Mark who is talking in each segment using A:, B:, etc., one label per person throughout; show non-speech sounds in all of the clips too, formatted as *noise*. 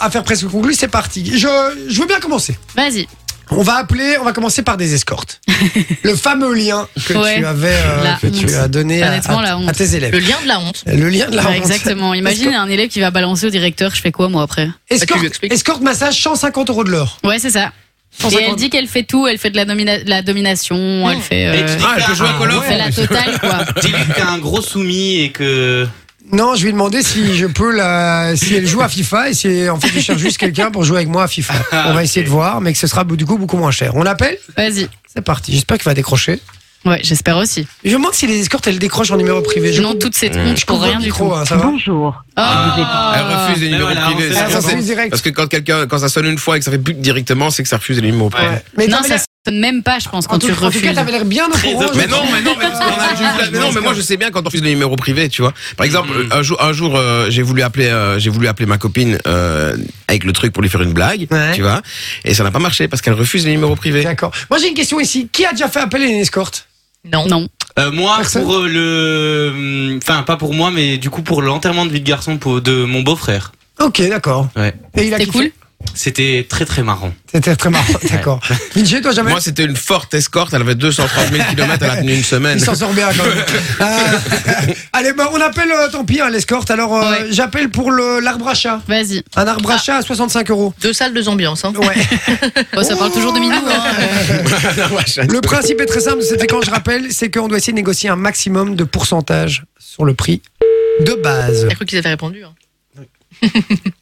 A: affaire presque conclue, c'est parti. Je, je veux bien commencer.
B: Vas-y.
A: On va appeler, on va commencer par des escortes. le fameux lien que
B: Ouais.
A: tu avais, euh,
B: La
A: que tu
B: honte.
A: as donné à,
B: Honnêtement,
A: à-
B: la honte.
A: à tes élèves.
C: Le lien de la honte.
A: Le lien de la
B: Ouais,
A: honte.
B: Bah, exactement. Imagine un élève qui va balancer au directeur, je fais quoi moi après
C: Bah, tu
A: Escorte,
C: lui expliques.
A: escorte massage 150 euros de l'heure.
B: Ouais, c'est ça. Et
A: 150.
B: elle dit qu'elle fait tout, elle fait de la, nomina- la domination, elle fait, euh,
D: Et tu dis
E: Ah, elle peut jouer à
D: Ah,
E: Call
B: elle
E: of
B: fait la totale
C: *laughs*
B: quoi.
E: Dis-lui que t'es un gros soumis et que.
A: Non, je lui ai demandé si je peux la, si elle joue à FIFA et si en fait je cherche juste quelqu'un pour jouer avec moi à FIFA.
E: Ah,
A: on va
E: ok.
A: essayer de voir, mais que ce sera du coup beaucoup moins cher. On l'appelle
B: Vas-y.
A: C'est parti. J'espère qu'il va décrocher.
B: Ouais, j'espère aussi.
A: Je me demande si les escortes elles décrochent en numéro privé. Je
B: Sinon, toute cette honte
A: je
B: pour
A: coupe
B: rien
A: le
B: du
A: micro,
B: tout.
A: hein, ça va
B: Oh.
D: Ah, Elle refuse les
E: Mais
D: numéros
E: voilà,
D: privés.
E: on
A: Ah,
D: C'est
E: fait la
A: ça
E: réponse.
D: quand-
A: c'est direct.
D: Parce que quand quelqu'un, quand ça sonne une fois et que ça fait plus direct directement, c'est que ça refuse les numéros privés.
A: Ouais. Mais
B: Non,
A: t'avais
B: ça
A: l'air-
B: sonne même pas, je pense,
A: en
B: quand
A: tout,
B: tu
A: en tout cas,
B: refuses.
A: t'avais l'air bien au courant.
E: Très
D: Mais non, mais non, mais, parce qu'on a juste
E: *laughs*
D: la- mais non, mais moi je sais bien quand on refuse les numéros privés, tu vois. Par exemple,
E: Mm.
D: un jour, un jour, euh, j'ai voulu appeler, euh, j'ai voulu appeler ma copine euh, avec le truc pour lui faire une blague,
A: Ouais.
D: tu vois, et ça n'a pas marché parce qu'elle refuse les numéros privés.
A: D'accord. Moi j'ai une question ici. Qui a déjà fait appel à une escorte
C: Non.
B: Non.
E: Euh, moi,
A: Personne
E: pour euh, le. Enfin, pas pour moi, mais du coup, pour l'enterrement de vie de garçon pour- de mon beau-frère.
A: Ok, d'accord.
E: Ouais.
A: Et il a
B: C'était
A: kiffé
B: cool.
E: C'était très très marrant.
A: C'était très marrant. D'accord. Vinci, toi jamais
D: Moi, c'était une forte escorte. Elle avait 230 000 km. Elle a tenu une semaine.
A: Il
D: *laughs*
A: s'en sort bien quand même. Euh, allez, bah, on appelle, euh, tant pis, hein, l'escorte. Alors, euh,
B: Ouais.
A: j'appelle pour le- l'arbre à chat.
B: Vas-y.
A: Un arbre à chat à 65 euros.
C: Deux salles, deux ambiances. Hein.
A: Ouais.
B: Bon, ça parle toujours de
A: *laughs*
B: minou. Hein.
A: le principe est très simple de cette séquence, je rappelle, c'est qu'on doit essayer de négocier un maximum de pourcentage sur le prix de base.
C: J'ai cru qu'ils avaient répondu. hein.
A: *laughs*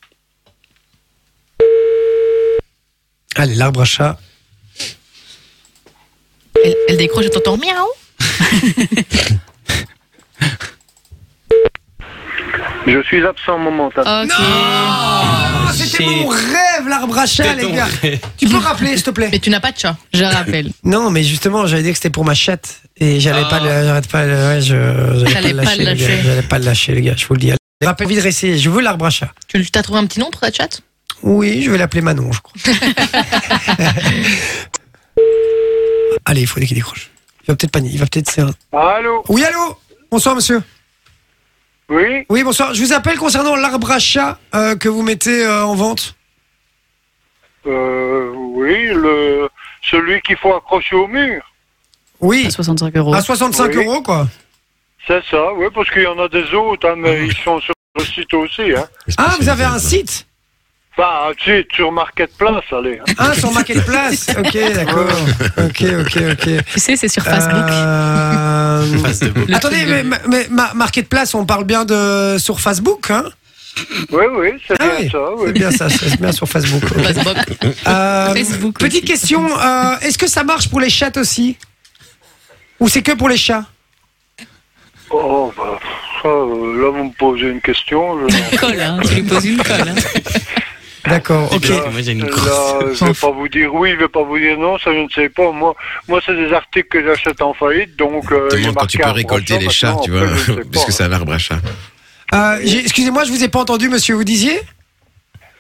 A: Allez, l'arbre à chat.
C: Elle, elle décroche et t'entends miaou.
F: *laughs* Je suis absent momentanément.
B: Ok.
A: Non C'était
E: shit.
A: mon rêve, l'arbre à chat,
E: C'était
A: les
E: ton
A: gars.
E: vrai.
A: Tu peux rappeler, s'il te plaît
C: Mais tu n'as pas de chat.
B: Je rappelle.
A: Non, mais justement, j'avais dit que c'était pour ma chatte. Et j'allais
E: Ah.
A: pas le, j'arrête pas le, ouais, je, j'allais
C: T'allais
A: pas le lâcher, les gars. J'allais pas le lâcher, les gars, je vous le dis. Je rappelle vite réessayer, je veux l'arbre à chat.
C: Tu t'as trouvé un petit nom pour ta chat
A: Oui, je vais l'appeler Manon, je crois. Allez, il faut qu'il décroche. Il va peut-être paniquer, il va peut-être se-
F: Allô
A: Oui, allô Bonsoir, monsieur.
F: Oui
A: Oui, bonsoir. Je vous appelle concernant l'arbre à chat euh, que vous mettez euh, en vente.
F: euh, Oui, le, celui qu'il faut accrocher au mur.
A: Oui,
B: À 65 euros.
A: à 65
F: Oui.
A: euros, quoi.
F: C'est ça, oui, parce qu'il y en a des autres, hein, mais ils sont sur le site aussi. Hein.
A: Ah, vous avez un site
F: Bah, tu sais, sur Marketplace, allez. hein.
A: Ah, sur
F: *laughs*
A: Marketplace Ok, d'accord. Ok, ok, ok.
B: Tu sais, c'est sur Facebook.
A: Euh,
E: Face de beau.
B: Le
A: Attendez,
B: truc de-
A: mais, mais, mais ma- Marketplace, on parle bien de sur Facebook, hein
F: Oui, oui, c'est
A: Ah
F: bien
A: oui.
F: ça, oui.
A: C'est bien ça, c'est bien sur Facebook.
B: *laughs*
C: Facebook.
A: Euh,
B: Facebook
A: petite
B: aussi.
A: question, euh, est-ce que ça marche pour les chattes aussi Ou c'est que pour les chats
F: Oh, bah, pff, euh, là, vous me posez une question. Je...
B: Colle, hein. Tu lui poses une colle. hein.
A: D'accord, *laughs* ok.
E: Parce que Moi, j'ai une grosse.
F: Là, je vais pas vous dire oui, je vais pas vous dire non, ça je ne sais pas. Moi, moi c'est des articles que j'achète en faillite, donc. Euh,
D: Je te
F: il est
D: demande quand
F: marqué
D: tu peux
F: arbre à
D: récolter
F: chat,
D: les chats,
F: maintenant,
D: tu
F: après,
D: vois,
F: je
D: *laughs*
F: ne sais
D: parce
F: pas. hein.
D: que c'est un arbre à chat.
A: Euh, j'ai- Excusez-moi, je vous ai pas entendu, monsieur, vous disiez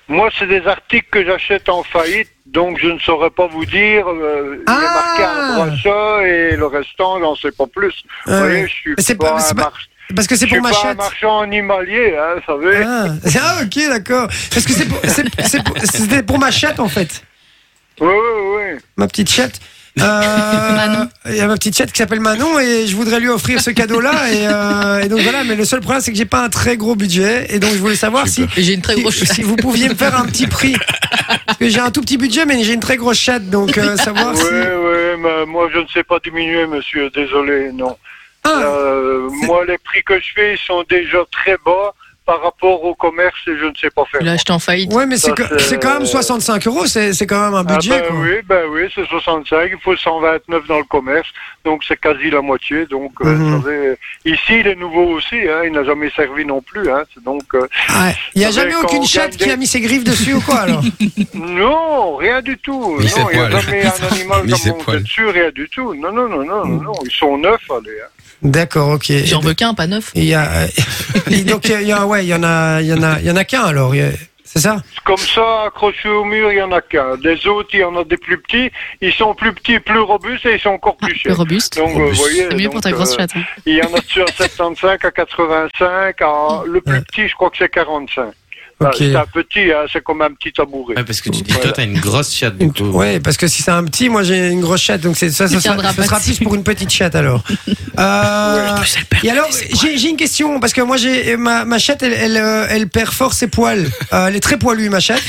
F: Moi, c'est des articles que j'achète en faillite, donc je ne saurais pas vous dire. Euh, Il
A: Ah.
F: est marqué un brochet et le restant, j'en sais pas plus.
A: Ah
F: Vous voyez,
A: oui.
F: je suis
A: Mais c'est
F: pas,
A: pas- c'est
F: un,
A: pas-
F: mar-
A: Parce que c'est
F: je suis
A: pour ma
F: pas un
A: chatte.
F: marchand animalier, hein, vous savez.
A: Ah, *laughs* ah, ok, d'accord. Parce que c'est pour- c'est- c'est pour- c'était pour ma chatte en fait.
F: Oui, oui, oui.
A: ma petite chatte.
B: *laughs*
A: Euh, Il y a ma petite chatte qui s'appelle Manon et je voudrais lui offrir ce cadeau-là. Et, euh, et donc voilà, mais le seul problème c'est que j'ai pas un très gros budget et donc je voulais savoir si,
C: *laughs* J'ai une très grosse
A: si,
C: chat.
A: si vous pouviez me faire un petit prix. Parce que j'ai un tout petit budget mais j'ai une très grosse chatte donc euh, savoir
F: Oui,
A: si.
F: oui, mais moi je ne sais pas diminuer, monsieur, désolé, non.
A: Ah,
F: Euh, moi, les prix que je fais, ils sont déjà très bas par rapport au commerce et je ne sais pas faire.
C: Tu l'as acheté en faillite.
A: ouais, mais c'est
F: ça,
A: que-
F: c'est- euh,
A: c'est quand même 65 euros, c'est c'est quand même un
F: Ah
A: budget
F: ben
A: quoi.
F: oui, ben oui, c'est 65, il faut 129 dans le commerce, donc c'est quasi la moitié. Donc, euh,
A: Mhm.
F: vous savez, ici, il est nouveau aussi, hein, il n'a jamais servi non plus. Hein, c'est donc, euh,
A: Ouais. Ah, Il y a
F: Ça fait
A: jamais
F: quand on
A: aucune
F: gagne
A: chatte qui
F: des-
A: a mis ses griffes dessus ou quoi
F: *laughs*
A: alors
F: non, rien du tout.
D: Ni ses
F: non, il n'y a
D: poils.
F: jamais un animal
D: Ni ses
F: comme on
D: poils.
F: dessus, rien du tout. Non, non, non, non, non, ils sont neufs, allez. hein.
A: D'accord, ok. Et
C: J'en veux qu'un, pas neuf.
A: il y a, *laughs* et donc il y a, ouais, il y en a, il y en a, il y en a qu'un alors. il y a- C'est ça
F: Comme ça, accrochés au mur, il n'y en a qu'un. Des autres, il y en a des plus petits, ils sont plus petits, plus robustes et ils sont encore plus
B: Ah, Le
F: chers.
B: robuste.
F: Donc, euh, vous voyez,
B: C'est mieux
F: donc,
B: pour ta grosse
F: euh,
B: chatte. hein.
F: Il y en a sur 75 à 85, à- le plus petit, je crois que c'est 45. Ah,
A: Ok.
F: C'est un petit, hein, c'est comme un petit tabouret.
E: Ouais, parce que tu dis, toi, t'as une grosse chatte, du
A: Une-
E: coup.
A: Ouais, parce que si c'est un petit, moi j'ai une grosse chatte, donc c'est ça, ça
B: Il
A: sera,
B: tiendra
A: ce
B: pas
A: sera
B: dessus.
A: plus pour une petite chatte
B: *laughs*
A: alors. Euh, et alors, j'ai j'ai une question parce que moi j'ai ma, ma chatte, elle, elle, euh, elle perd fort ses poils. Euh, elle est très poilue ma chatte.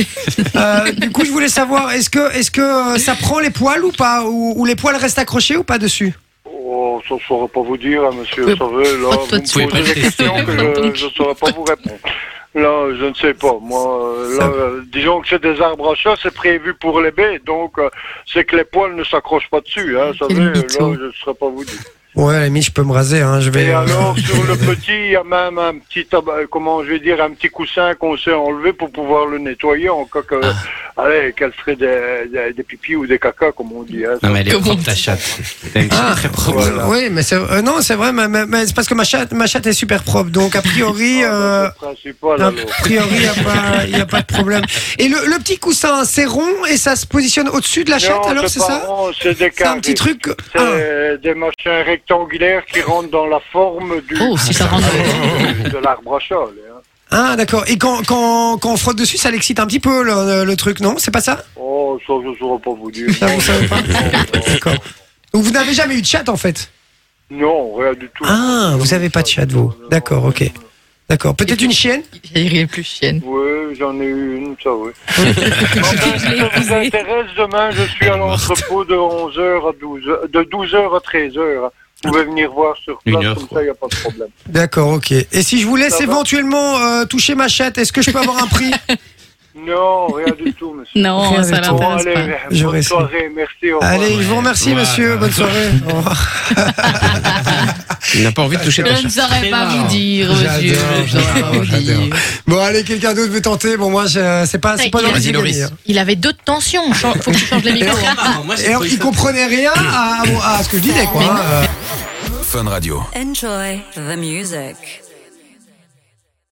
A: Euh, du coup, je voulais savoir, est-ce que est-ce que euh, ça prend les poils ou pas, ou, ou les poils restent accrochés ou pas dessus
F: Oh, ça ne saurais pas vous dire, hein, monsieur
C: Oui,
F: Sauveux. Là,
C: pas de
F: vous me
C: faute,
E: oui,
F: posez
E: pas de
F: des questions
E: faute.
F: que je ne saurais pas vous répondre. Là, je ne sais pas. Moi, euh, là,
A: Ça-
F: euh, disons que c'est des arbres à chat, c'est prévu pour les baies, donc euh, c'est que les poils ne s'accrochent pas dessus. Hein, vous
C: Quel
F: savez, là,
C: mytho.
F: je ne saurais pas vous dire.
A: Ouais, à la limite, je peux me raser. Hein, je vais.
F: Et
A: euh, *laughs*
F: alors, sur le petit, il y a même un petit, tab- euh, comment je vais dire, un petit coussin qu'on s'est enlevé pour pouvoir le nettoyer en cas que,
A: Ah.
F: allez, qu'elle ferait des, des, des pipis ou des cacas, comme on dit. Hein,
E: Non, mais elle est
C: Comment
E: propre,
C: on
E: ta
C: dit
E: chatte. T'as une chatte
A: Ah.
E: très propre.
F: Voilà.
A: Oui, mais c'est euh, non, c'est vrai, mais, mais- mais c'est parce que ma chatte, ma chatte est super propre, donc a
F: Ah, bah,
A: priori. euh,
F: le principal,
A: A
F: alors.
A: priori, il n'y a, pas de problème. Et le, le petit coussin, c'est rond et ça se positionne au-dessus de la chatte,
F: Non,
A: alors c'est
F: pas
A: ça
F: rond, C'est des
A: C'est un
F: carrés.
A: petit truc.
F: C'est
A: ah.
F: des machins rectangulaires qui rentrent dans la forme du,
C: Oh, si ça
F: *laughs*
C: rentre.
F: de l'arbre à châle. hein.
A: Ah, d'accord. Et quand, quand, quand on frotte dessus, ça l'excite un petit peu le, le truc, non C'est pas ça
F: Oh, ça, je ne saurais pas vous dire.
A: Ça, vous savez
F: *laughs*
A: pas
F: Non,
A: D'accord. Donc vous n'avez jamais eu de chatte en fait
F: Non, rien du tout.
A: Ah, vous avez pas de chatte, vous. D'accord, ok. D'accord. Peut-être une chienne
C: Il rien plus
B: *laughs*
C: chienne.
F: Oui, j'en ai eu une, ça oui. Si ça vous intéresse, demain je suis à l'entrepôt de 11h à 12h, de 12h à 13h. Vous pouvez venir voir sur
E: Une
F: place,
E: heure,
F: comme
E: quoi.
F: ça il n'y a pas de problème.
A: D'accord, ok. Et si je vous laisse
F: Ça va
A: éventuellement euh, toucher ma chatte, est-ce que je peux avoir un
F: *laughs*
A: prix
F: Non, rien du tout, monsieur.
B: Non,
A: Rien
B: ça
A: du tout.
B: l'intéresse
F: allez,
B: pas.
A: Je
F: bonne
A: reste.
F: soirée, merci, au revoir.
A: Allez, je vous remercie,
E: Voilà.
A: monsieur. Bonne soirée. Au revoir.
D: Il n'a pas envie de toucher ta
B: Je ne
D: chatte.
B: saurais pas vous dire,
A: J'adore,
B: monsieur. Je ne saurais pas vous
A: j'adore.
B: dire.
A: Bon, allez, quelqu'un d'autre veut tenter. Bon, moi, je- c'est pas, c'est pas
C: Vas-y,
A: dans les
D: Loris.
A: idées, hein.
C: Il avait deux tensions. Faut que tu changes les
B: *laughs*
C: micros.
E: Ah, moi, j'ai
A: Et alors,
E: trouvé
A: il
E: ça-
A: comprenait rien à, à- à ce que je disais, quoi. hein. Euh,
G: Enjoy the music.